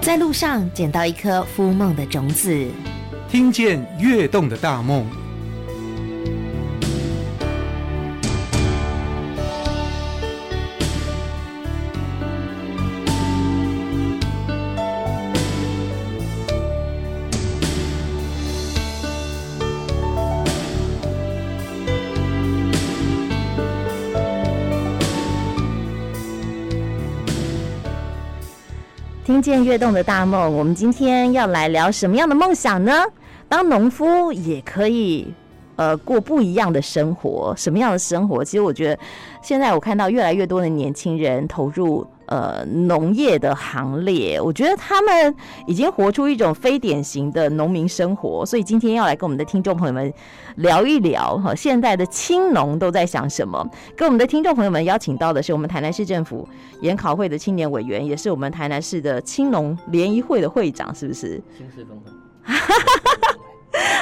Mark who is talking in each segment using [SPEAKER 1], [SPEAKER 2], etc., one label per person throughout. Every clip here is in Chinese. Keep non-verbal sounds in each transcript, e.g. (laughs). [SPEAKER 1] 在路上捡到一颗孵梦的种子，
[SPEAKER 2] 听见跃动的大梦。
[SPEAKER 3] 听见跃动的大梦，我们今天要来聊什么样的梦想呢？当农夫也可以，呃，过不一样的生活。什么样的生活？其实我觉得，现在我看到越来越多的年轻人投入呃农业的行列，我觉得他们已经活出一种非典型的农民生活。所以今天要来跟我们的听众朋友们聊一聊哈，现在的青农都在想什么？跟我们的听众朋友们邀请到的是我们台南市政府研考会的青年委员，也是我们台南市的青农联谊会的会长，是不是？ (laughs)
[SPEAKER 4] 新式风格。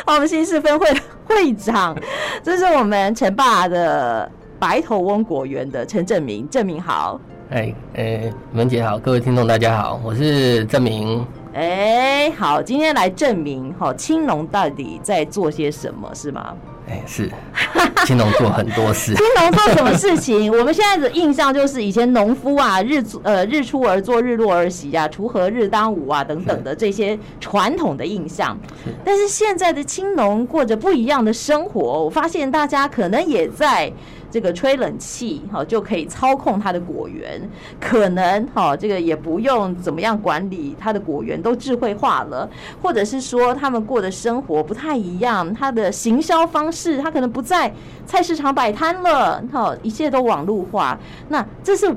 [SPEAKER 3] 好，我们新市分会的会长， (laughs) 这是我们陈爸的白头翁果园的陈正明，正明好。
[SPEAKER 4] 哎，呃，文姐好，各位听众大家好，我是郑明。
[SPEAKER 3] 哎、好，今天来证明哈，青农到底在做些什么，是吗？
[SPEAKER 4] 哎， (laughs) 是青龙做很多事
[SPEAKER 3] 青。农做什么事情？ (laughs) 我们现在的印象就是以前农夫啊，日出呃日出而作，日落而息啊，锄禾日当午啊等等的这些传统的印象。但是现在的青农过着不一样的生活，我发现大家可能也在这个吹冷气，哈、就可以操控他的果园，可能哈、这个也不用怎么样管理他的果园，都智慧化了，或者是说他们过的生活不太一样，他的行销方式，他可能不在菜市场摆摊了，哈、一切都网络化，那这是。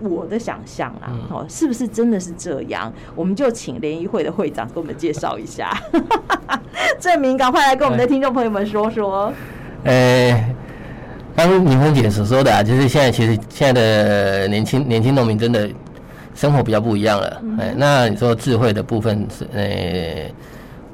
[SPEAKER 3] 我的想象啦，哦，是不是真的是这样？我们就请联谊会的会长给我们介绍一下。证明，赶快来跟我们的听众朋友们说说。
[SPEAKER 4] 呃，刚刚明芬姐所说的啊，就是现在其实现在的年轻年轻农民真的生活比较不一样了。哎，那你说智慧的部分是呃。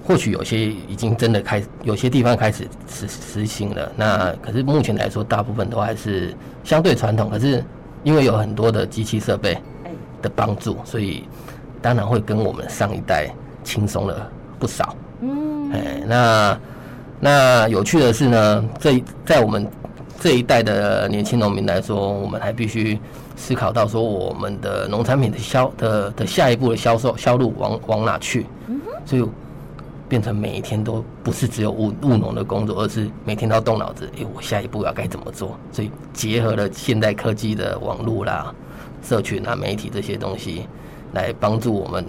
[SPEAKER 4] 或许有些已经真的开，有些地方开始实实行了。那可是目前来说，大部分都还是相对传统。可是因为有很多的机器设备，
[SPEAKER 3] 哎，
[SPEAKER 4] 的帮助，所以当然会跟我们上一代轻松了不少。
[SPEAKER 3] 嗯，
[SPEAKER 4] 哎，那那有趣的是呢，这一在我们这一代的年轻农民来说，我们还必须思考到说，我们的农产品的销的的下一步的销售销路往往哪去？所以变成每一天都不是只有务务农的工作，而是每天都要动脑子，诶、我下一步要该怎么做？所以结合了现代科技的网络啦、社群啊、媒体这些东西，来帮助我们，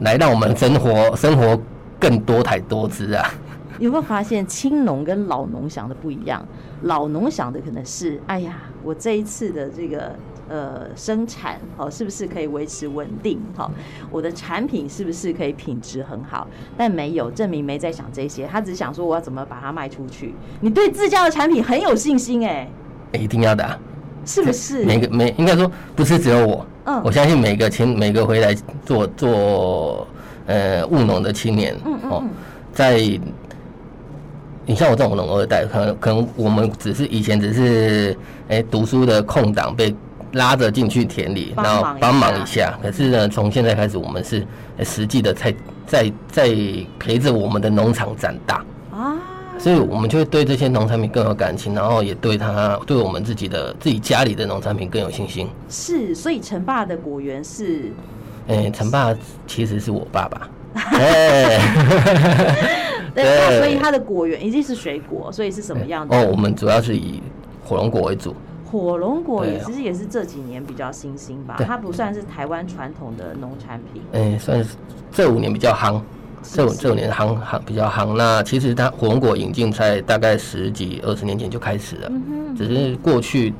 [SPEAKER 4] 来让我们生活生活更多彩多姿啊！
[SPEAKER 3] 有没有发现青农跟老农想的不一样？老农想的可能是，哎呀，我这一次的这个呃生产，好、是不是可以维持稳定？好、我的产品是不是可以品质很好？但没有，证明没在想这些，他只想说我要怎么把它卖出去。你对自家的产品很有信心、哎，
[SPEAKER 4] 一定要的、啊，
[SPEAKER 3] 是不是？
[SPEAKER 4] 每个每应该说不是只有我，
[SPEAKER 3] 嗯
[SPEAKER 4] 我相信每个青每个回来做做呃务农的青年，
[SPEAKER 3] 嗯嗯
[SPEAKER 4] 哦
[SPEAKER 3] 嗯，
[SPEAKER 4] 在你像我这种农二代，可能可能我们只是以前只是哎、读书的空档被拉着进去田里，
[SPEAKER 3] 帮
[SPEAKER 4] 然后
[SPEAKER 3] 忙一
[SPEAKER 4] 帮忙
[SPEAKER 3] 下
[SPEAKER 4] 一下。可是呢，从现在开始，我们是、哎实际的在在在陪着我们的农场长大。
[SPEAKER 3] 啊，
[SPEAKER 4] 所以我们就会对这些农产品更有感情，然后也对它对我们自己的自己家里的农产品更有信心。
[SPEAKER 3] 是，所以陈爸的果园是
[SPEAKER 4] 哎、陈爸其实是我爸
[SPEAKER 3] (laughs)
[SPEAKER 4] 爸。哎、
[SPEAKER 3] 对，
[SPEAKER 4] 对
[SPEAKER 3] 那所以它的果园一定是水果，所以是什么样的？
[SPEAKER 4] 哦，我们主要是以火龙果为主，
[SPEAKER 3] 火龙果也
[SPEAKER 4] 对啊
[SPEAKER 3] 其实也是这几年比较新兴吧，
[SPEAKER 4] 对
[SPEAKER 3] 它不算是台湾传统的农产品。
[SPEAKER 4] 哎、算是这五年比较夯，这五
[SPEAKER 3] 是
[SPEAKER 4] 这五年夯夯比较夯。那其实它火龙果引进在大概十几二十年前就开始了，
[SPEAKER 3] 嗯
[SPEAKER 4] 只是过去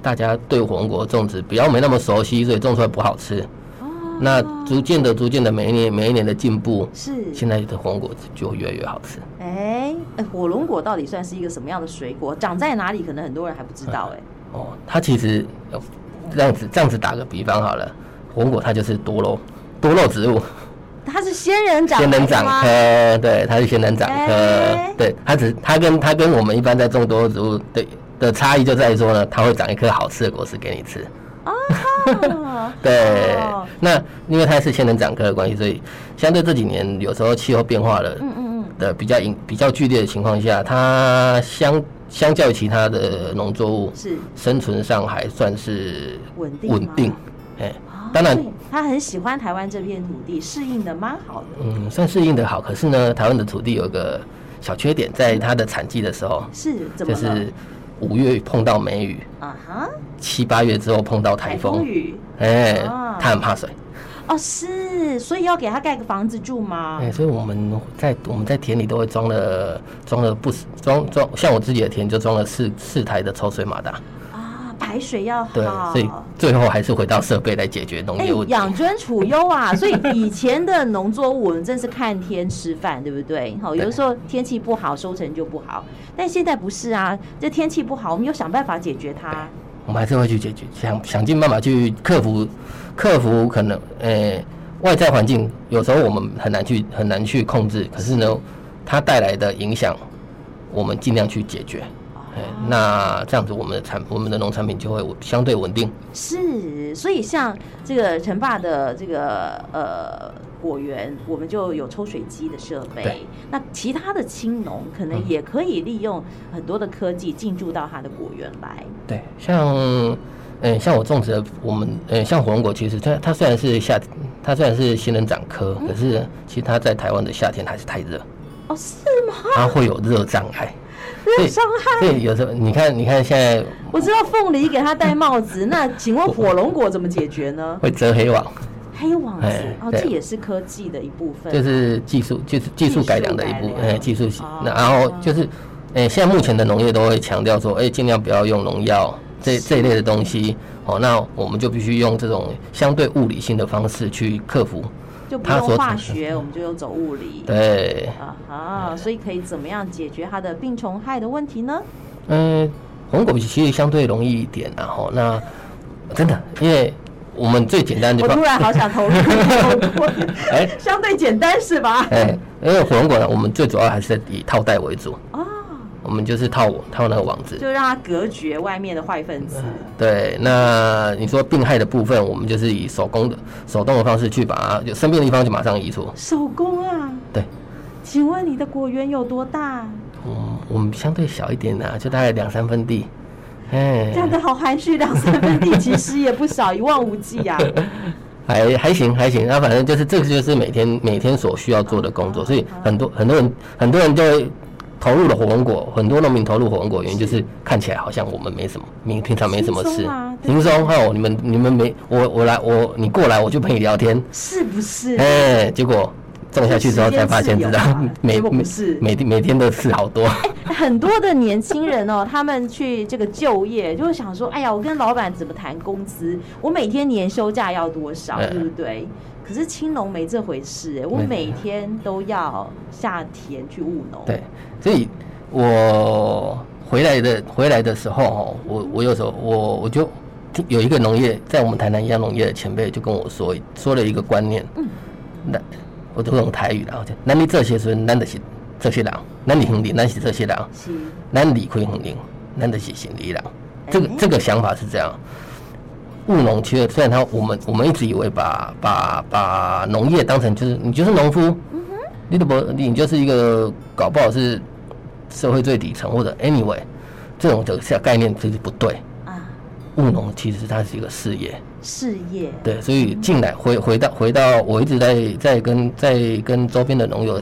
[SPEAKER 4] 大家对火龙果的种植比较没那么熟悉，所以种出来不好吃。
[SPEAKER 3] 哼，哦，
[SPEAKER 4] 那逐渐的、逐渐的，每一年、每一年的进步，
[SPEAKER 3] 是，
[SPEAKER 4] 现在的火龙果就越来越好吃。
[SPEAKER 3] 哎、哎火龙果到底算是一个什么样的水果？长在哪里？可能很多人还不知道、哎，
[SPEAKER 4] 哦，它其实呃这样子这样子打个比方好了，火龙果它就是多肉多肉植物，
[SPEAKER 3] 它是仙人掌，
[SPEAKER 4] 仙人掌
[SPEAKER 3] 吗？
[SPEAKER 4] 科，对，它是仙人掌
[SPEAKER 3] 哎
[SPEAKER 4] 科，对，它只它跟它跟我们一般在种多肉植物的的差异就在于说呢，它会长一颗好吃的果实给你吃。
[SPEAKER 3] (laughs)
[SPEAKER 4] 对
[SPEAKER 3] 哦，
[SPEAKER 4] 那因为它是仙人掌科的关系，所以相对这几年有时候气候变化了
[SPEAKER 3] 嗯嗯
[SPEAKER 4] 的比较影比较剧烈的情况下，它相相较于其他的农作物
[SPEAKER 3] 嗯，，是
[SPEAKER 4] 生存上还算是
[SPEAKER 3] 稳定吗
[SPEAKER 4] 稳定。哎
[SPEAKER 3] 哦，
[SPEAKER 4] 当然
[SPEAKER 3] 所以，他很喜欢台湾这片土地，适应的蛮好的。
[SPEAKER 4] 嗯，算适应的好。可是呢，台湾的土地有个小缺点，在它的产季的时候，
[SPEAKER 3] 是怎么
[SPEAKER 4] 就
[SPEAKER 3] 了？
[SPEAKER 4] 是五月碰到梅雨，
[SPEAKER 3] 啊哈，
[SPEAKER 4] 七八月之后碰到台
[SPEAKER 3] 台
[SPEAKER 4] 风
[SPEAKER 3] 风，雨
[SPEAKER 4] 哎
[SPEAKER 3] 啊，
[SPEAKER 4] 它很怕水。
[SPEAKER 3] 哦，是，所以要给他盖个房子住吗？
[SPEAKER 4] 哎、所以我们在我们在田里都会装了装了不少装装，像我自己的田就装了四四台的抽水马达，
[SPEAKER 3] 啊，排水要
[SPEAKER 4] 对，
[SPEAKER 3] 好
[SPEAKER 4] 所。以最后还是回到设备来解决农
[SPEAKER 3] 哎
[SPEAKER 4] 业问，题。
[SPEAKER 3] 养尊处优啊！所以以前的农作物，我们真是看天吃饭，对不对？好，有的时候天气不好，收成就不好。但现在不是啊，这天气不好，我们有想办法解决它。
[SPEAKER 4] 我们还是会去解决，想想尽办法去克服克服可能呃、外在环境，有时候我们很难去很难去控制，可是呢，它带来的影响，我们尽量去解决。哎，那这样子我们的产我们的农产品就会相对稳定。
[SPEAKER 3] 是，所以像这个陈爸的这个呃果园，我们就有抽水机的设备
[SPEAKER 4] 对。嗯
[SPEAKER 3] 那其他的青农可能也可以利用很多的科技进驻到他的果园来。
[SPEAKER 4] 对，像，嗯、像我种植的，我们，嗯、像火龙果，其实它它虽然是夏，它虽然是仙人掌科，可是其实它在台湾的夏天还是太热，
[SPEAKER 3] 哦，是吗？
[SPEAKER 4] 它会有热障碍。
[SPEAKER 3] 热
[SPEAKER 4] 对
[SPEAKER 3] 伤害。
[SPEAKER 4] 所以有时候你看，你看现在
[SPEAKER 3] 我知道凤梨给他戴帽
[SPEAKER 4] (laughs)
[SPEAKER 3] 子，那请问火龙果怎么解决呢？
[SPEAKER 4] 会遮黑网，
[SPEAKER 3] 黑网子
[SPEAKER 4] 哎
[SPEAKER 3] 哦，
[SPEAKER 4] 对
[SPEAKER 3] 这也是科技的一部分。
[SPEAKER 4] 就是技术，就是技术改良的一
[SPEAKER 3] 技
[SPEAKER 4] 部
[SPEAKER 3] 术改，良
[SPEAKER 4] 哎、技术
[SPEAKER 3] 哦，
[SPEAKER 4] 那然后就是，哎、现在目前的农业都会强调说，哎、尽量不要用农药。这这一类的东西，哦，那我们就必须用这种相对物理性的方式去克服。
[SPEAKER 3] 就不
[SPEAKER 4] 他
[SPEAKER 3] 用
[SPEAKER 4] 所
[SPEAKER 3] 化
[SPEAKER 4] 产
[SPEAKER 3] 学，我们就用走物理。
[SPEAKER 4] 对，
[SPEAKER 3] 啊哈，所以可以怎么样解决它的病虫害的问题呢？
[SPEAKER 4] 嗯，红果其实相对容易一点、然后那真的，因为我们最简单的
[SPEAKER 3] 我
[SPEAKER 4] 方
[SPEAKER 3] 突，然好想投
[SPEAKER 4] (laughs)
[SPEAKER 3] 入火锅
[SPEAKER 4] 哎
[SPEAKER 3] 相对简单是吧？
[SPEAKER 4] 哎，因为火龙果呢，我们最主要还是以套袋为主，
[SPEAKER 3] 啊，
[SPEAKER 4] 我们就是套套那个网子。
[SPEAKER 3] 就让它隔绝外面的坏分子。
[SPEAKER 4] 哎对，那你说病害的部分，我们就是以手工的手动的方式去把它，就生病的地方就马上移除。
[SPEAKER 3] 手工啊，
[SPEAKER 4] 对，
[SPEAKER 3] 请问你的果园有多大？
[SPEAKER 4] 嗯，我们相对小一点的、啊就大概两三分地。哎
[SPEAKER 3] 这，样的好含蓄，两三分地其实也不少，一望无际啊
[SPEAKER 4] (laughs)
[SPEAKER 3] 呀、
[SPEAKER 4] 还还行还行，那、啊反正就是这个就是每天每天所需要做的工作，所以很多很多人很多人就会投入了火龙果，很多农民投入火龙果，原因就是看起来好像我们没什么，平平常没什么
[SPEAKER 3] 轻
[SPEAKER 4] 事
[SPEAKER 3] 松啊，对
[SPEAKER 4] 轻松哈，你们你们没我我来我你过来我就陪你聊天，
[SPEAKER 3] 是不是？
[SPEAKER 4] 哎，结果种下去之后才发现，
[SPEAKER 3] 时间自
[SPEAKER 4] 知
[SPEAKER 3] 由
[SPEAKER 4] 道
[SPEAKER 3] 啊结
[SPEAKER 4] 每
[SPEAKER 3] 果不
[SPEAKER 4] 每
[SPEAKER 3] 是哎
[SPEAKER 4] 每天每天的事好多，
[SPEAKER 3] 很多的年轻人哦，他们去这个就业，就会想说，哎呀，我跟老板怎么谈工资？我每天年休假要多少，
[SPEAKER 4] 哎
[SPEAKER 3] 对不对？可是青农没这回事、哎我
[SPEAKER 4] 没
[SPEAKER 3] 每天都要下田去务农。
[SPEAKER 4] 对，所以我回来的回来的时候哦，我我有时候我我就听有一个农业在我们台南一样农业的前辈就跟我说说了一个观念，
[SPEAKER 3] 嗯
[SPEAKER 4] 那我就用台语啦，我就咱你这些孙，咱就是这些人，咱你行李，咱是这些人，
[SPEAKER 3] 是，
[SPEAKER 4] 咱理亏行李，咱就是行李人。这个
[SPEAKER 3] 哎
[SPEAKER 4] 这个想法是这样。务农其实虽然他我们我们一直以为把把把农业当成就是你就是农夫，你怎么你就是一个搞不好是社会最底层或者 anyway 这种的下概念其实不对。
[SPEAKER 3] 啊，
[SPEAKER 4] 务农其实它是一个事业，
[SPEAKER 3] 事业
[SPEAKER 4] 对，所以进来回回到回到我一直在在跟在跟周边的农友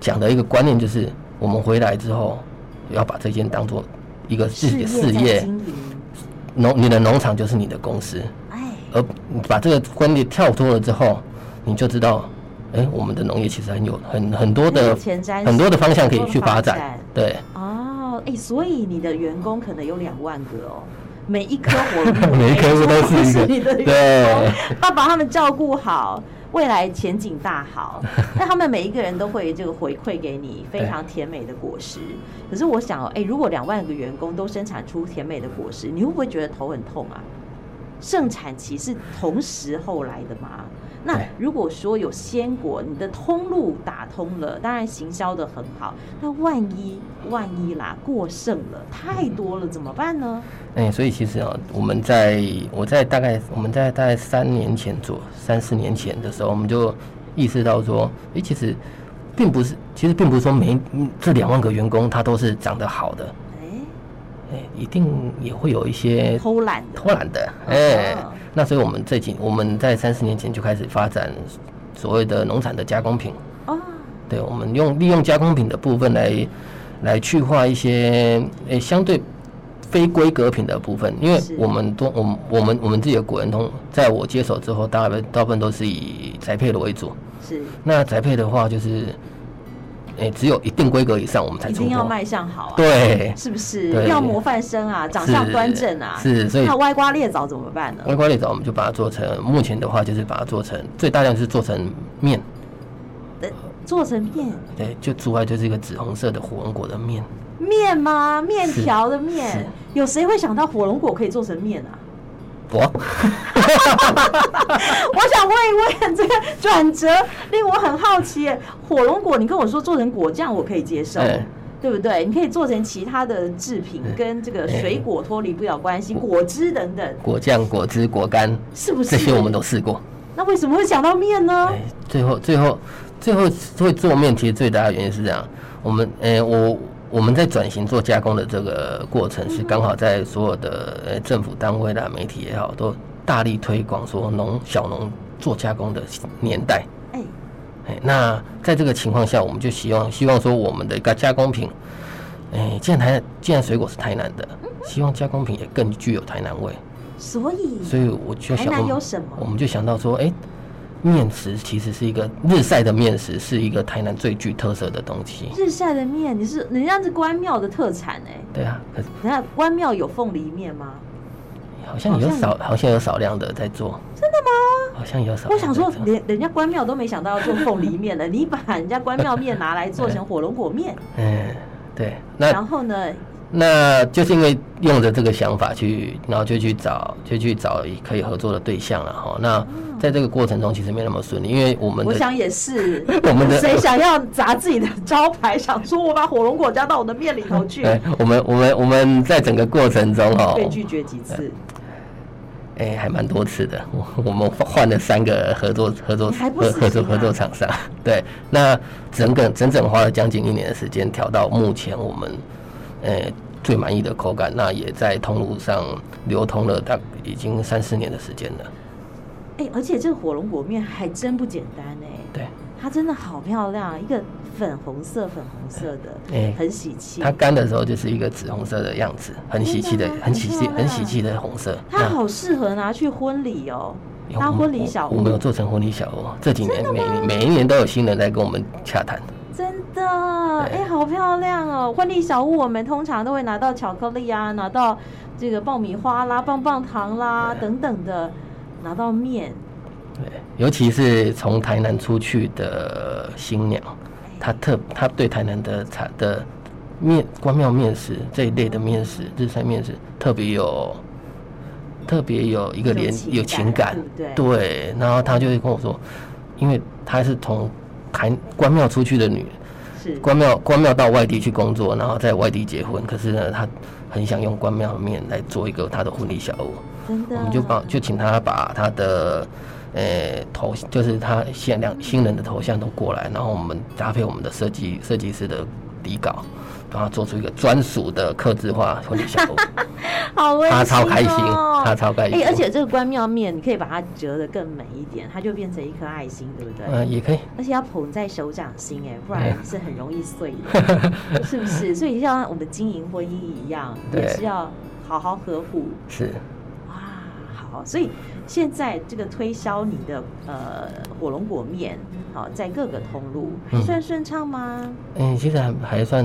[SPEAKER 4] 讲的一个观念就是，我们回来之后要把这件当做一个自己的事
[SPEAKER 3] 在
[SPEAKER 4] 业，
[SPEAKER 3] 经营，
[SPEAKER 4] 农你的农场就是你的公司，
[SPEAKER 3] 哎，
[SPEAKER 4] 而你把这个观念跳脱了之后，你就知道，哎、我们的农业其实很有很很多
[SPEAKER 3] 很有
[SPEAKER 4] 的
[SPEAKER 3] 前瞻性
[SPEAKER 4] 很多的方向可以去发
[SPEAKER 3] 很多的发展
[SPEAKER 4] 展，对。
[SPEAKER 3] 哦，哎，所以你的员工可能有两万个
[SPEAKER 4] (laughs)
[SPEAKER 3] 哦。每一颗火龙果，
[SPEAKER 4] 每一颗都是一个
[SPEAKER 3] 你的员工，要把他们照顾好，未来前景大
[SPEAKER 4] (laughs)
[SPEAKER 3] 好。那他们每一个人都会这个回馈给你非常甜美的果实。可是我想哦，哎，如果两万个员工都生产出甜美的果实，你会不会觉得头很痛啊？盛产期是同时后来的吗？那
[SPEAKER 4] 对
[SPEAKER 3] 如果说有鲜果，你的通路打通了，当然行销的很好，那万一万一啦过剩了太多了怎么办呢？
[SPEAKER 4] 哎、所以其实啊，我们在我在大概我们在大概三年前左三四年前的时候，我们就意识到说，哎、其实并不是，其实并不是说每嗯这两万个员工他都是长得好的，
[SPEAKER 3] 哎，
[SPEAKER 4] 哎、一定也会有一些
[SPEAKER 3] 偷懒的，
[SPEAKER 4] 偷懒的，哎、
[SPEAKER 3] 哦
[SPEAKER 4] 那所以我们这几我们在三四年前就开始发展所谓的农产的加工品，
[SPEAKER 3] 哦，
[SPEAKER 4] 对，我们用利用加工品的部分来来去化一些诶、相对非规格品的部分，因为
[SPEAKER 3] 是
[SPEAKER 4] 我们都我们我们我们自己的果仁通，在我接手之后，大部分大部分都是以宅配的为主。
[SPEAKER 3] 是
[SPEAKER 4] 那宅配的话，就是诶、只有一定规格以上我们才
[SPEAKER 3] 一
[SPEAKER 4] 出
[SPEAKER 3] 定要
[SPEAKER 4] 货。
[SPEAKER 3] 卖相好啊，，
[SPEAKER 4] 对，
[SPEAKER 3] 是不是
[SPEAKER 4] 对
[SPEAKER 3] 要模范生啊，长相
[SPEAKER 4] 是
[SPEAKER 3] 端正啊，
[SPEAKER 4] 是所以
[SPEAKER 3] 那歪瓜裂枣怎么办呢？
[SPEAKER 4] 微瓜类枣我们就把它做成，目前的话就是把它做成最大量就是做成面，
[SPEAKER 3] 做成面
[SPEAKER 4] 对，就主要就是一个紫红色的火龙果的面。
[SPEAKER 3] 面吗？面条的面
[SPEAKER 4] 是，
[SPEAKER 3] 有谁会想到火龙果可以做成面啊？
[SPEAKER 4] 哇，
[SPEAKER 3] (laughs) 我想问一问这个转折令我很好奇耶，火龙果你跟我说做成果酱我可以接受。
[SPEAKER 4] 哎
[SPEAKER 3] 对不对？你可以做成其他的制品，跟这个水果脱离不了关系，果汁等等，
[SPEAKER 4] 果酱、果汁、果干，
[SPEAKER 3] 是不是？
[SPEAKER 4] 哎这些我们都试过。
[SPEAKER 3] 那为什么会想到面呢？
[SPEAKER 4] 哎，最后最后最后会做面，其实最大的原因是这样，我们呃、我我们在转型做加工的这个过程，是刚好在所有的呃、政府单位啦、媒体也好，都大力推广说农小农做加工的年代。
[SPEAKER 3] 哎，
[SPEAKER 4] 哎，那在这个情况下，我们就希望希望说我们的一个加工品，哎，既然台既然水果是台南的，希望加工品也更具有台南味，
[SPEAKER 3] 所以
[SPEAKER 4] 所以我就
[SPEAKER 3] 台
[SPEAKER 4] 想，
[SPEAKER 3] 南
[SPEAKER 4] 我
[SPEAKER 3] 有
[SPEAKER 4] 们
[SPEAKER 3] 什么？
[SPEAKER 4] 我们就想到说，哎、面食其实是一个日晒的面食，是一个台南最具特色的东西。
[SPEAKER 3] 日晒的面，你是人家是关庙的特产哎、
[SPEAKER 4] 对啊，可是
[SPEAKER 3] 人家关庙有凤梨面吗？
[SPEAKER 4] 好像有少，好像有少量的在做。真的吗？好像有少量的在做。
[SPEAKER 3] 我想说，连人家关庙都没想到要做凤梨面了，你把人家关庙面拿来做
[SPEAKER 4] 哎
[SPEAKER 3] 成火龙果面，
[SPEAKER 4] 嗯，对，那
[SPEAKER 3] 然后呢，
[SPEAKER 4] 那就是因为用着这个想法去，然后就去找，就去找可以合作的对象了哈。那在这个过程中，其实没那么顺利，因为我
[SPEAKER 3] 嗯
[SPEAKER 4] 们
[SPEAKER 3] 我
[SPEAKER 4] 的
[SPEAKER 3] 想也是，
[SPEAKER 4] (laughs) 我们的
[SPEAKER 3] 谁想要砸自己的招牌，想说我把火龙果加到我的面里头去，
[SPEAKER 4] 对，我们我们我们在整个过程中哎哦，
[SPEAKER 3] 被拒绝几次，
[SPEAKER 4] 哎、还蛮多次的。 (laughs) 我我们换了三个合作合作
[SPEAKER 3] 你还不
[SPEAKER 4] 合
[SPEAKER 3] 死
[SPEAKER 4] 合作
[SPEAKER 3] 心啊
[SPEAKER 4] 合作厂商，对，那整个整整花了将近一年的时间，调到目前我们呃、最满意的口感，那也在通路上流通了大已经三四年的时间了。
[SPEAKER 3] 哎，而且这个火龙果面还真不简单哎，
[SPEAKER 4] 对，
[SPEAKER 3] 它真的好漂亮，一个粉红色粉红色的
[SPEAKER 4] 哎，
[SPEAKER 3] 很喜气
[SPEAKER 4] 它。干的时候就是一个紫红色的样子，很喜气的
[SPEAKER 3] 真的，吗
[SPEAKER 4] 很喜气，
[SPEAKER 3] 很漂亮
[SPEAKER 4] 很喜气的红色。
[SPEAKER 3] 它好适合拿去婚礼哦，
[SPEAKER 4] 那
[SPEAKER 3] 当
[SPEAKER 4] 哎我
[SPEAKER 3] 婚礼小
[SPEAKER 4] 我我们有
[SPEAKER 3] 物，
[SPEAKER 4] 做成婚礼小屋，这几年每每一年都有新人来跟我们洽谈。
[SPEAKER 3] 真的，哎，好漂亮哦！婚礼小物我们通常都会拿到巧克力啊，拿到这个爆米花啦、棒棒糖
[SPEAKER 4] 哎
[SPEAKER 3] 啦等等的，拿到面，
[SPEAKER 4] 对，尤其是从台南出去的新娘，她特她对台南的产的面关庙面食这一类的面食，日晒面食特别有特别有一个连
[SPEAKER 3] 有
[SPEAKER 4] 有
[SPEAKER 3] 情
[SPEAKER 4] 情
[SPEAKER 3] 感
[SPEAKER 4] 感，
[SPEAKER 3] 对不
[SPEAKER 4] 对然后她就会跟我说，因为她是从台关庙出去的女，
[SPEAKER 3] 是
[SPEAKER 4] 关庙关庙到外地去工作，然后在外地结婚，可是呢，她很想用关庙的面来做一个她的婚礼小屋。
[SPEAKER 3] 真的。
[SPEAKER 4] 我们就帮就请他把他的呃头，就是他限量新人的头像都过来，然后我们搭配我们的设计设计师的底稿，帮他做出一个专属的客制化婚
[SPEAKER 3] (laughs)
[SPEAKER 4] 礼小屋，
[SPEAKER 3] 好温馨、哦，
[SPEAKER 4] 他超开心，他超开
[SPEAKER 3] 哎、
[SPEAKER 4] 心。
[SPEAKER 3] 而且这个关庙面，你可以把它折得更美一点，它就变成一颗爱心，对不对？
[SPEAKER 4] 嗯、也可以，
[SPEAKER 3] 而且要捧在手掌心，哎，不
[SPEAKER 4] (laughs)
[SPEAKER 3] 然是很容易碎的，是不是？所以像我们经营婚姻一样，
[SPEAKER 4] 对
[SPEAKER 3] 也是要好好呵护。
[SPEAKER 4] 是
[SPEAKER 3] 哇，好，所以现在这个推销你的呃火龙果面，好、在各个通路还
[SPEAKER 4] 嗯
[SPEAKER 3] 算顺畅吗？
[SPEAKER 4] 嗯，其实还还算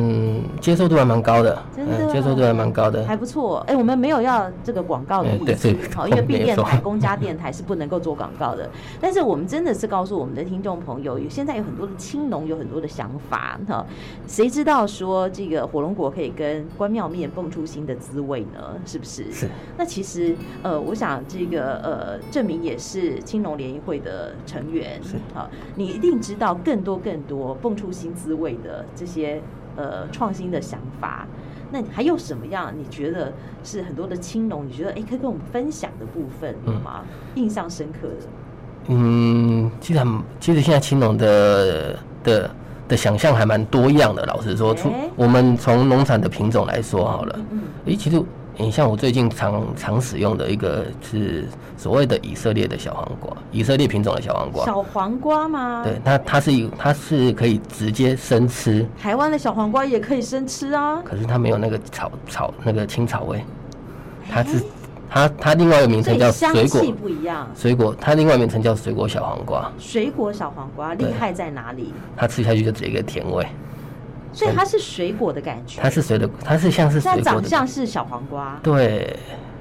[SPEAKER 4] 接受度还蛮高的，
[SPEAKER 3] 真的啊
[SPEAKER 4] 嗯接受度还蛮高的，
[SPEAKER 3] 还不错。哎、我们没有要这个广告的
[SPEAKER 4] 哎
[SPEAKER 3] 意
[SPEAKER 4] 对
[SPEAKER 3] 思
[SPEAKER 4] 对，
[SPEAKER 3] 好、
[SPEAKER 4] (laughs)
[SPEAKER 3] 因为
[SPEAKER 4] 没
[SPEAKER 3] B 电台、
[SPEAKER 4] 错
[SPEAKER 3] 公家电台是不能够做广告的。但是我们真的是告诉我们的听众朋友，有现在有很多的青农有很多的想法哈、谁知道说这个火龙果可以跟关庙面蹦出新的滋味呢？是不是？
[SPEAKER 4] 是。
[SPEAKER 3] 那其实呃，我想这个呃，郑明也是青农联谊会的成员，好、你一定知道更多更多蹦出新滋味的这些呃创新的想法。那还有什么样？你觉得是很多的青农，你觉得哎，可以跟我们分享的部分有吗？印象深刻的，
[SPEAKER 4] 嗯，其实还蛮其实现在青农的的的想象还蛮多样的。老实说，出
[SPEAKER 3] 哎
[SPEAKER 4] 我们从农产的品种来说好了，
[SPEAKER 3] 嗯，
[SPEAKER 4] 诶，其实你像我最近常常使用的一个是所谓的以色列的小黄瓜，以色列品种的小黄瓜，
[SPEAKER 3] 小黄瓜吗？
[SPEAKER 4] 对，，它它是有它是可以直接生吃，
[SPEAKER 3] 台湾的小黄瓜也可以生吃啊。
[SPEAKER 4] 可是它没有那个草草那个青草味，它是它它另外一个名
[SPEAKER 3] 所
[SPEAKER 4] 称
[SPEAKER 3] 以
[SPEAKER 4] 叫
[SPEAKER 3] 香
[SPEAKER 4] 水果
[SPEAKER 3] 气不一样。
[SPEAKER 4] 水果，它另外一个名称叫水果小黄瓜，
[SPEAKER 3] 水果小黄瓜厉
[SPEAKER 4] 对
[SPEAKER 3] 害在哪里？
[SPEAKER 4] 它吃下去就直接一个甜味。
[SPEAKER 3] 所以它是水果的感觉，
[SPEAKER 4] 它是水的，它
[SPEAKER 3] (laughs)
[SPEAKER 4] 是像是水
[SPEAKER 3] 但
[SPEAKER 4] 果
[SPEAKER 3] 长
[SPEAKER 4] 的，
[SPEAKER 3] 相是小黄瓜。
[SPEAKER 4] 对，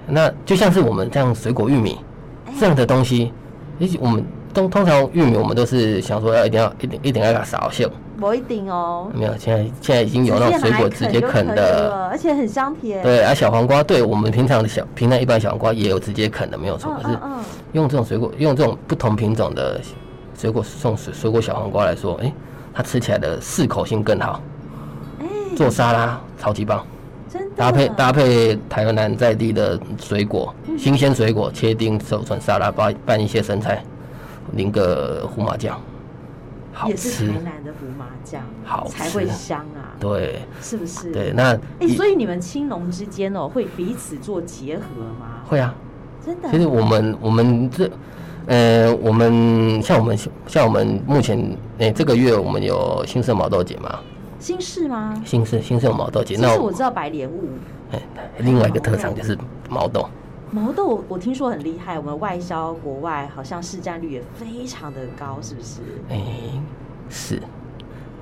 [SPEAKER 4] 那就像是我们这样水果玉米
[SPEAKER 3] 哎
[SPEAKER 4] 这样的东西，也许我们通通常玉米我们都是想说要一定要一定一定要给它扫秀，
[SPEAKER 3] 不一定哦，
[SPEAKER 4] 没有，现在现在已嗯经有那种水果直接
[SPEAKER 3] 拿来
[SPEAKER 4] 啃
[SPEAKER 3] 就可以
[SPEAKER 4] 的，
[SPEAKER 3] 了，而且很香甜。
[SPEAKER 4] 对，啊小黄瓜，对我们平常的小平常一般小黄瓜也有直接啃的，没有错，
[SPEAKER 3] 嗯，
[SPEAKER 4] 可是
[SPEAKER 3] 嗯嗯，
[SPEAKER 4] 用这种水果用这种不同品种的水果送水水果小黄瓜来说，哎、它吃起来的适口性更好，
[SPEAKER 3] 哎，
[SPEAKER 4] 做沙拉超级棒。
[SPEAKER 3] 真的
[SPEAKER 4] 搭配搭配台南在地的水果，
[SPEAKER 3] 嗯
[SPEAKER 4] 新鲜水果切丁、手串沙拉，拌拌一些生菜，淋个胡麻酱，好
[SPEAKER 3] 也是
[SPEAKER 4] 吃
[SPEAKER 3] 台。南的胡麻酱，
[SPEAKER 4] 好吃
[SPEAKER 3] 才会香啊，
[SPEAKER 4] 对
[SPEAKER 3] 是不是？
[SPEAKER 4] 对，。那
[SPEAKER 3] 哎，所以你们青龙之间哦，会彼此做结合吗？
[SPEAKER 4] 会啊。
[SPEAKER 3] 真的啊？
[SPEAKER 4] 其实我们我们这，呃，我们像我们像我们目前，哎、这个月我们有新社毛豆节嘛，
[SPEAKER 3] 心事吗？
[SPEAKER 4] 新社新社毛豆节，
[SPEAKER 3] 其
[SPEAKER 4] 那
[SPEAKER 3] 实我知道嗯白莲雾，
[SPEAKER 4] 哎另外一个特长就是毛豆，
[SPEAKER 3] 毛豆我听说很厉害，我们外销国外好像市占率也非常的高，是不是？
[SPEAKER 4] 哎、是。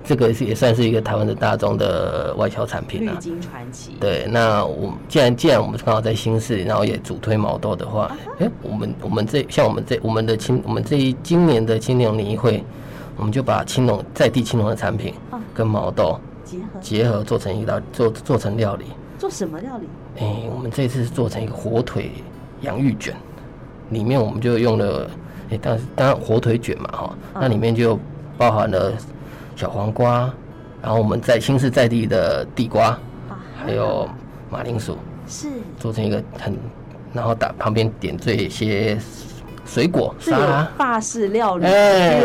[SPEAKER 4] 这个是也算是一个台湾的大众的外销产品
[SPEAKER 3] 绿
[SPEAKER 4] 啊，
[SPEAKER 3] 金传奇，
[SPEAKER 4] 对，那我们既然既然我们刚好在新市，然后也主推毛豆的话，哎、我们我们这像我们这我们的青我们这一今年的青农联谊会，我们就把青农在地青农的产品
[SPEAKER 3] 嗯
[SPEAKER 4] 跟毛豆
[SPEAKER 3] 结合
[SPEAKER 4] 结合，做成一道做做成料理。
[SPEAKER 3] 做什么料理？
[SPEAKER 4] 哎、我们这次是做成一个火腿洋芋卷，里面我们就用了，哎、当然当然火腿卷嘛哈，那里面就包含了小黄瓜，然后我们在新市在地的地瓜，
[SPEAKER 3] 啊
[SPEAKER 4] 还有马铃薯。
[SPEAKER 3] 是
[SPEAKER 4] 做成一个很，然后打旁边点缀一些水果
[SPEAKER 3] 是
[SPEAKER 4] 沙
[SPEAKER 3] 有
[SPEAKER 4] 拉。
[SPEAKER 3] (laughs) 法式料理，
[SPEAKER 4] 哎，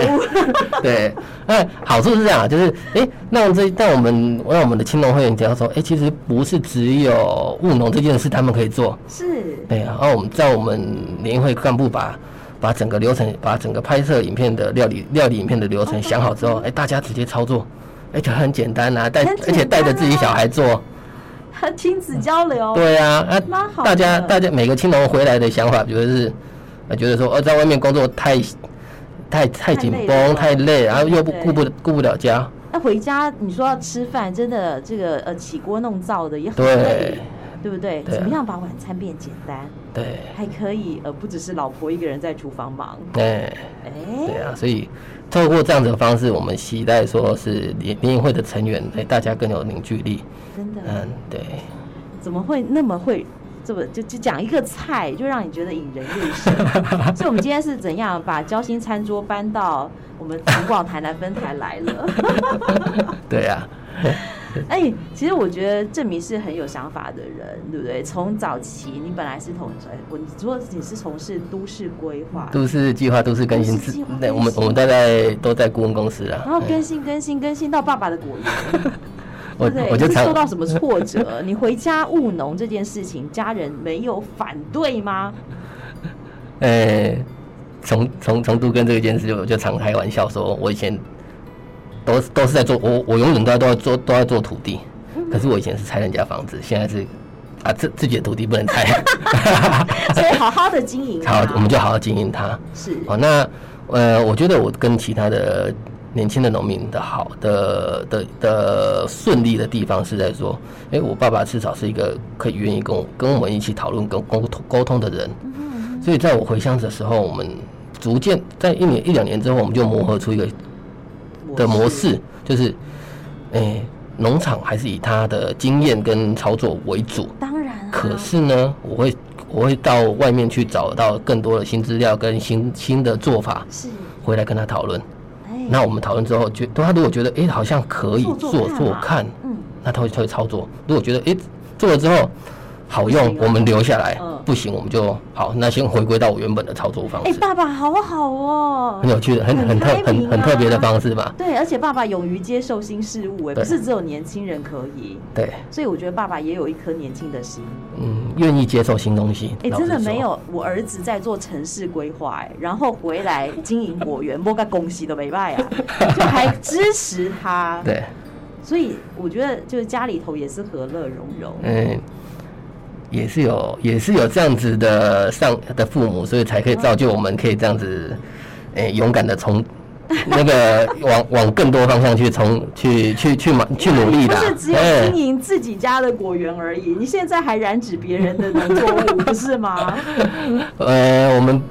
[SPEAKER 4] 对，那好处是这样，就是哎、那我们这但我们让我们的青农会员知道说，哎、其实不是只有务农这件事他们可以做，
[SPEAKER 3] 是
[SPEAKER 4] 对，啊然后我们在我们联谊会干部把把整个流程，把整个拍摄影片的料理料理影片的流程想好之后，哎、大家直接操作，而且很简单啊，带、
[SPEAKER 3] 很
[SPEAKER 4] 而且
[SPEAKER 3] 简
[SPEAKER 4] 带着
[SPEAKER 3] 单
[SPEAKER 4] 自己小
[SPEAKER 3] 啊
[SPEAKER 4] 孩做，
[SPEAKER 3] 亲子交流，
[SPEAKER 4] 对呀、啊，
[SPEAKER 3] 哦蛮好的
[SPEAKER 4] 大家大家每个青龙回来的想法，就是呃觉得说，呃，在外面工作太太太紧绷、
[SPEAKER 3] 太
[SPEAKER 4] 太累，然后又不
[SPEAKER 3] 对
[SPEAKER 4] 顾不顾不了家，
[SPEAKER 3] 那回家你说要吃饭，真的这个呃起锅弄灶的也很累
[SPEAKER 4] 对，
[SPEAKER 3] 对不对？
[SPEAKER 4] 对啊
[SPEAKER 3] 怎么样把晚餐变简单，
[SPEAKER 4] 对，
[SPEAKER 3] 还可以呃不只是老婆一个人在厨房忙，
[SPEAKER 4] 哎，对
[SPEAKER 3] 哎，
[SPEAKER 4] 啊，所以透过这样子的方式，我们期待说是联联谊会的成员，哎，大家更有凝聚力，
[SPEAKER 3] 真的
[SPEAKER 4] 嗯，对，
[SPEAKER 3] 怎么会那么会？这么就就讲一个菜，就让你觉得引人入
[SPEAKER 4] (laughs)
[SPEAKER 3] 胜。所以，我们今天是怎样把交心餐桌搬到我们福广台南分台来了？
[SPEAKER 4] 对啊，
[SPEAKER 3] 哎、其实我觉得郑明是很有想法的人，对不对？从早期你本来是从我你说你是从事都市规划，
[SPEAKER 4] 都市计划、都市更新
[SPEAKER 3] 都市计划，
[SPEAKER 4] 对，我
[SPEAKER 3] 更
[SPEAKER 4] 们
[SPEAKER 3] 新
[SPEAKER 4] 我们大概都在顾问公司啊，
[SPEAKER 3] 然后
[SPEAKER 4] 哎
[SPEAKER 3] 更新更新更新到爸爸的果园，对
[SPEAKER 4] (laughs) 我
[SPEAKER 3] 不对？
[SPEAKER 4] 我就
[SPEAKER 3] 你是
[SPEAKER 4] 常
[SPEAKER 3] 受到什么挫
[SPEAKER 4] (laughs)
[SPEAKER 3] 折？你回家务农这件事情，家人没有反对
[SPEAKER 4] (laughs)
[SPEAKER 3] 吗？
[SPEAKER 4] 呃，从从从杜根这件事，我就常开玩笑说，我以前都是都是在做，我我永远都在都在做都在做土地，可是我以前是拆人家房子，现在是啊自自己的土地不能拆，
[SPEAKER 3] 所以好好的经营、
[SPEAKER 4] 好
[SPEAKER 3] 啊，，
[SPEAKER 4] 我们就好好经营它。
[SPEAKER 3] 是
[SPEAKER 4] 好，那呃，我觉得我跟其他的年轻的农民的好的的的顺利的地方是在说，哎，我爸爸至少是一个可以愿意跟我跟我们一起讨论、跟沟通沟通的人。所以在我回乡的时候，我们逐渐在一年一两年之后，我们就磨合出一个的模式，就是，哎，农场还是以他的经验跟操作为主。
[SPEAKER 3] 当然、啊，
[SPEAKER 4] 可是呢，我会我会到外面去找到更多的新资料跟新新的做法，
[SPEAKER 3] 是
[SPEAKER 4] 回来跟他讨论。
[SPEAKER 3] 哎，
[SPEAKER 4] 那我们讨论之后，觉他如果觉得诶好像可以
[SPEAKER 3] 做
[SPEAKER 4] 做
[SPEAKER 3] 做
[SPEAKER 4] 做
[SPEAKER 3] 看嘛
[SPEAKER 4] 看，
[SPEAKER 3] 嗯，
[SPEAKER 4] 那他会他会操作。如果觉得诶做了之后好
[SPEAKER 3] 不
[SPEAKER 4] 用
[SPEAKER 3] 行，了
[SPEAKER 4] 我们留下来
[SPEAKER 3] 嗯；
[SPEAKER 4] 不行，我们就好。那先回归到我原本的操作方
[SPEAKER 3] 哎、
[SPEAKER 4] 式，
[SPEAKER 3] 爸爸好好哦，
[SPEAKER 4] (laughs) 很有趣的，很很特
[SPEAKER 3] 开
[SPEAKER 4] 很
[SPEAKER 3] 明
[SPEAKER 4] 很特别的
[SPEAKER 3] 啊
[SPEAKER 4] 方式吧？
[SPEAKER 3] 对，而且爸爸勇于接受新事物，哎，不
[SPEAKER 4] 对
[SPEAKER 3] 是只有年轻人可以，
[SPEAKER 4] 对，
[SPEAKER 3] 所以我觉得爸爸也有一颗年轻的心。
[SPEAKER 4] 嗯，愿意接受新东西。
[SPEAKER 3] 哎、
[SPEAKER 4] 老
[SPEAKER 3] 真的
[SPEAKER 4] 实说
[SPEAKER 3] 没有，我儿子在做城市规划，哎，然后回来经营果园，摸个恭喜都没败啊， (laughs) 就还支持他。
[SPEAKER 4] 对。
[SPEAKER 3] 所以我觉得就是家里头也是和乐融融。
[SPEAKER 4] 嗯，也是有，也是有这样子的上的父母，所以才可以造就我们，可以这样子，诶、勇敢的从 (laughs) 那个往往更多方向去从去去去嘛去努力
[SPEAKER 3] 不
[SPEAKER 4] 的
[SPEAKER 3] 是，只有
[SPEAKER 4] 哎
[SPEAKER 3] 经营自己家的果园而已，你现在还染指别人的农作物，不是
[SPEAKER 4] (laughs)
[SPEAKER 3] 吗？
[SPEAKER 4] 呃，我们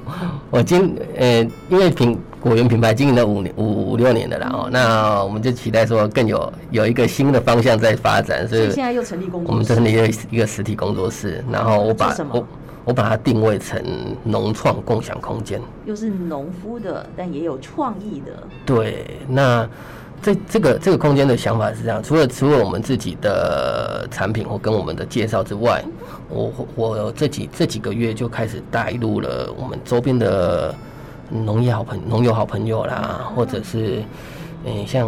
[SPEAKER 4] 我经呃，因为品果园品牌经营了五年五五六年的了哦，那我们就期待说更有有一个新的方向在发展，所
[SPEAKER 3] 所
[SPEAKER 4] 以
[SPEAKER 3] 以现在又成立工
[SPEAKER 4] 我
[SPEAKER 3] 作
[SPEAKER 4] 们
[SPEAKER 3] 室
[SPEAKER 4] 成，立一个一个实体工作室，然后我把
[SPEAKER 3] 是什么
[SPEAKER 4] 我我把它定位成农创共享空间。
[SPEAKER 3] 又是农夫的，但也有创意的。
[SPEAKER 4] 对，那这这个这个空间的想法是这样，除了除了我们自己的产品或跟我们的介绍之外，我我这几这几个月就开始带入了我们周边的农业好朋农友好朋友啦，或者是嗯、像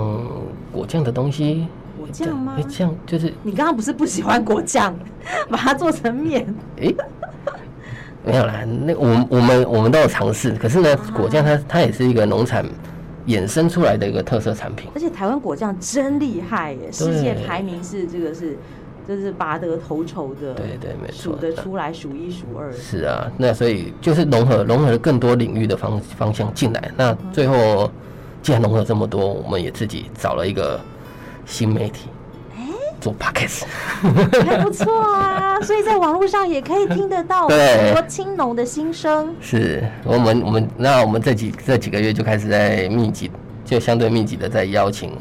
[SPEAKER 4] 果酱的东西，
[SPEAKER 3] 果酱吗
[SPEAKER 4] 诶酱就是
[SPEAKER 3] 你刚刚不是不喜欢果酱， (laughs) 把它做成面？
[SPEAKER 4] 诶、 (laughs) 没有啦，那我们我们我们都有尝试，可是呢，果酱它它也是一个农产衍生出来的一个特色产品。
[SPEAKER 3] 而且台湾果酱真厉害耶，世界排名是这个是，就是拔得头筹的，
[SPEAKER 4] 对对没错
[SPEAKER 3] 数得出来，数一数二。
[SPEAKER 4] 是啊，那所以就是融合融合了更多领域的方方向进来。那最后既然融合这么多，我们也自己找了一个新媒体，做 podcast。
[SPEAKER 3] 还不错啊，所以在网络上也可以听得到
[SPEAKER 4] (laughs) 对
[SPEAKER 3] 很多青农的心声。
[SPEAKER 4] 是我们我们那我们这几这几个月就开始在密集，就相对密集的在邀请，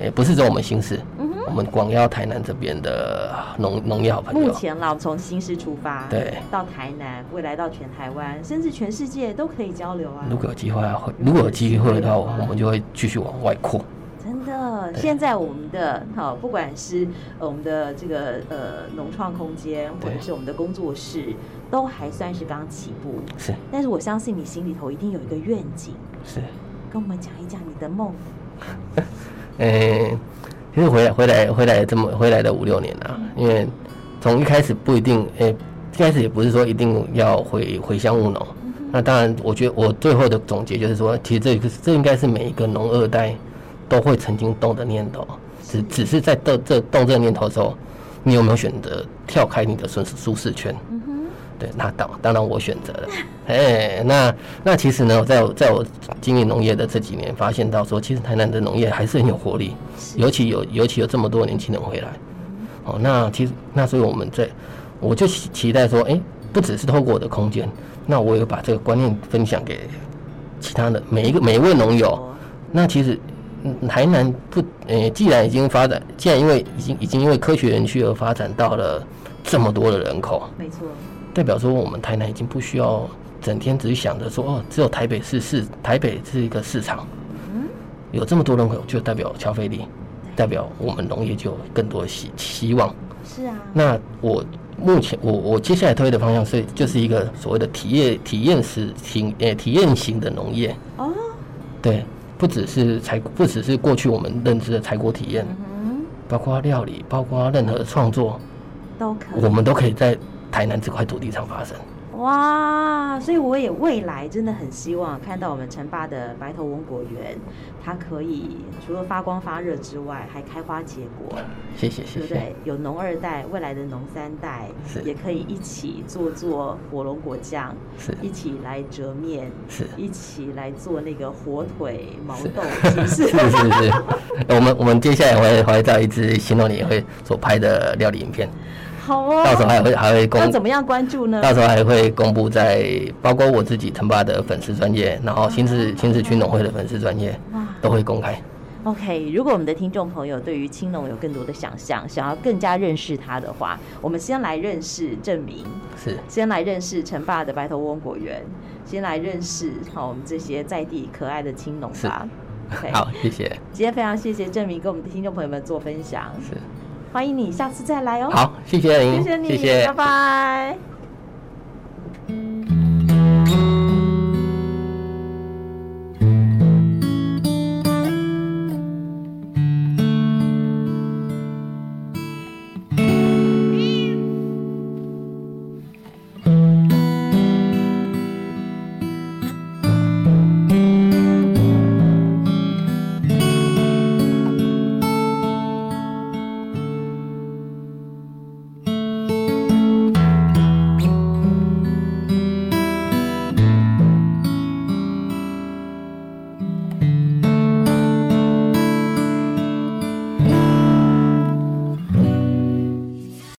[SPEAKER 4] 也不是只有我们新市，
[SPEAKER 3] 嗯
[SPEAKER 4] 我们广邀台南这边的农农业好朋
[SPEAKER 3] 目
[SPEAKER 4] 友。
[SPEAKER 3] 前啦，从新市出发，
[SPEAKER 4] 哎对，
[SPEAKER 3] 到台南，未来到全台湾，甚至全世界都可以交流啊。
[SPEAKER 4] 如果有机会，会如果有机会的话，我们就会继续往外扩。
[SPEAKER 3] 真的，现在我们的好，不管是呃我们的这个呃农创空间，或
[SPEAKER 4] 对
[SPEAKER 3] 者是我们的工作室，都还算是刚起步。
[SPEAKER 4] 是
[SPEAKER 3] 但是我相信你心里头一定有一个愿景，
[SPEAKER 4] 是。
[SPEAKER 3] 跟我们讲一讲你的梦。
[SPEAKER 4] 诶，呃其实回来回来回来这么回来的五六年啦、因为从一开始不一定，诶，一开始也不是说一定要回回乡务农。那当然，我觉得我最后的总结就是说，其实这个这应该是每一个农二代都会曾经动的念头，只只是在动这动这个念头的时候，你有没有选择跳开你的舒适舒适圈？
[SPEAKER 3] 嗯哼，
[SPEAKER 4] 对，那当当然我选择了， (laughs) 哎，那那其实呢，在我在我经营农业的这几年，发现到说，其实台南的农业还是很有活力，尤其有尤其有这么多年轻人回来，哦，那其实那所以我们在，我就期期待说，哎，不只是透过我的空间，那我也把这个观念分享给其他的每一个每一位农友，那其实，嗯台南不，呃，既然已经发展，既然因为已经已经因为科学园区而发展到了这么多的人口。
[SPEAKER 3] 没错，
[SPEAKER 4] 代表说我们台南已经不需要整天只是想着说哦，只有台北市市台北是一个市场，有这么多人口就代表消费力，代表我们农业就有更多的希希望。
[SPEAKER 3] 是啊，
[SPEAKER 4] 那我目前我我接下来推的方向是就是一个所谓的体验体验式型呃体验型的农业，
[SPEAKER 3] 哦，
[SPEAKER 4] 对，不只是采不只是过去我们认知的采果体验，
[SPEAKER 3] 嗯，
[SPEAKER 4] 包括料理，包括任何创作，
[SPEAKER 3] 都可以。
[SPEAKER 4] 我们都可以在台南这块土地上发生。
[SPEAKER 3] 哇，哇！所以我也未来真的很希望看到我们城霸的白头翁果园，它可以除了发光发热之外，还开花结果，
[SPEAKER 4] 谢谢
[SPEAKER 3] 对
[SPEAKER 4] 谢
[SPEAKER 3] 不
[SPEAKER 4] 谢
[SPEAKER 3] 对，？有农二代，未来的农三代
[SPEAKER 4] 是
[SPEAKER 3] 也可以一起做做火龙果酱，
[SPEAKER 4] 是
[SPEAKER 3] 一起来折面，
[SPEAKER 4] 是
[SPEAKER 3] 一起来做那个火腿毛
[SPEAKER 4] 是
[SPEAKER 3] 豆，是不
[SPEAKER 4] 是
[SPEAKER 3] (laughs) 是？
[SPEAKER 4] 是是， (laughs) 我们我们接下来会会到一支行动你也会所拍的料理影片，
[SPEAKER 3] 好哦，
[SPEAKER 4] 到时候还会还会公
[SPEAKER 3] 要怎么样关注呢？
[SPEAKER 4] 到时候还会公布在包括我自己腾爸的粉丝专业，然后新市新市区农会的粉丝专业
[SPEAKER 3] 哦哇
[SPEAKER 4] 都会公开。
[SPEAKER 3] OK，如果我们的听众朋友对于青龙有更多的想象，想要更加认识它的话，我们先来认识证明，
[SPEAKER 4] 是
[SPEAKER 3] 先来认识陈爸的白头翁果园，先来认识好我们这些在地可爱的青龙吧。OK，
[SPEAKER 4] 好，谢谢，
[SPEAKER 3] 今天非常谢谢证明跟我们的听众朋友们做分享，
[SPEAKER 4] 是
[SPEAKER 3] 欢迎你下次再来哦。，
[SPEAKER 4] 好，谢谢您，
[SPEAKER 3] 谢谢你，
[SPEAKER 4] 谢谢
[SPEAKER 3] 拜拜。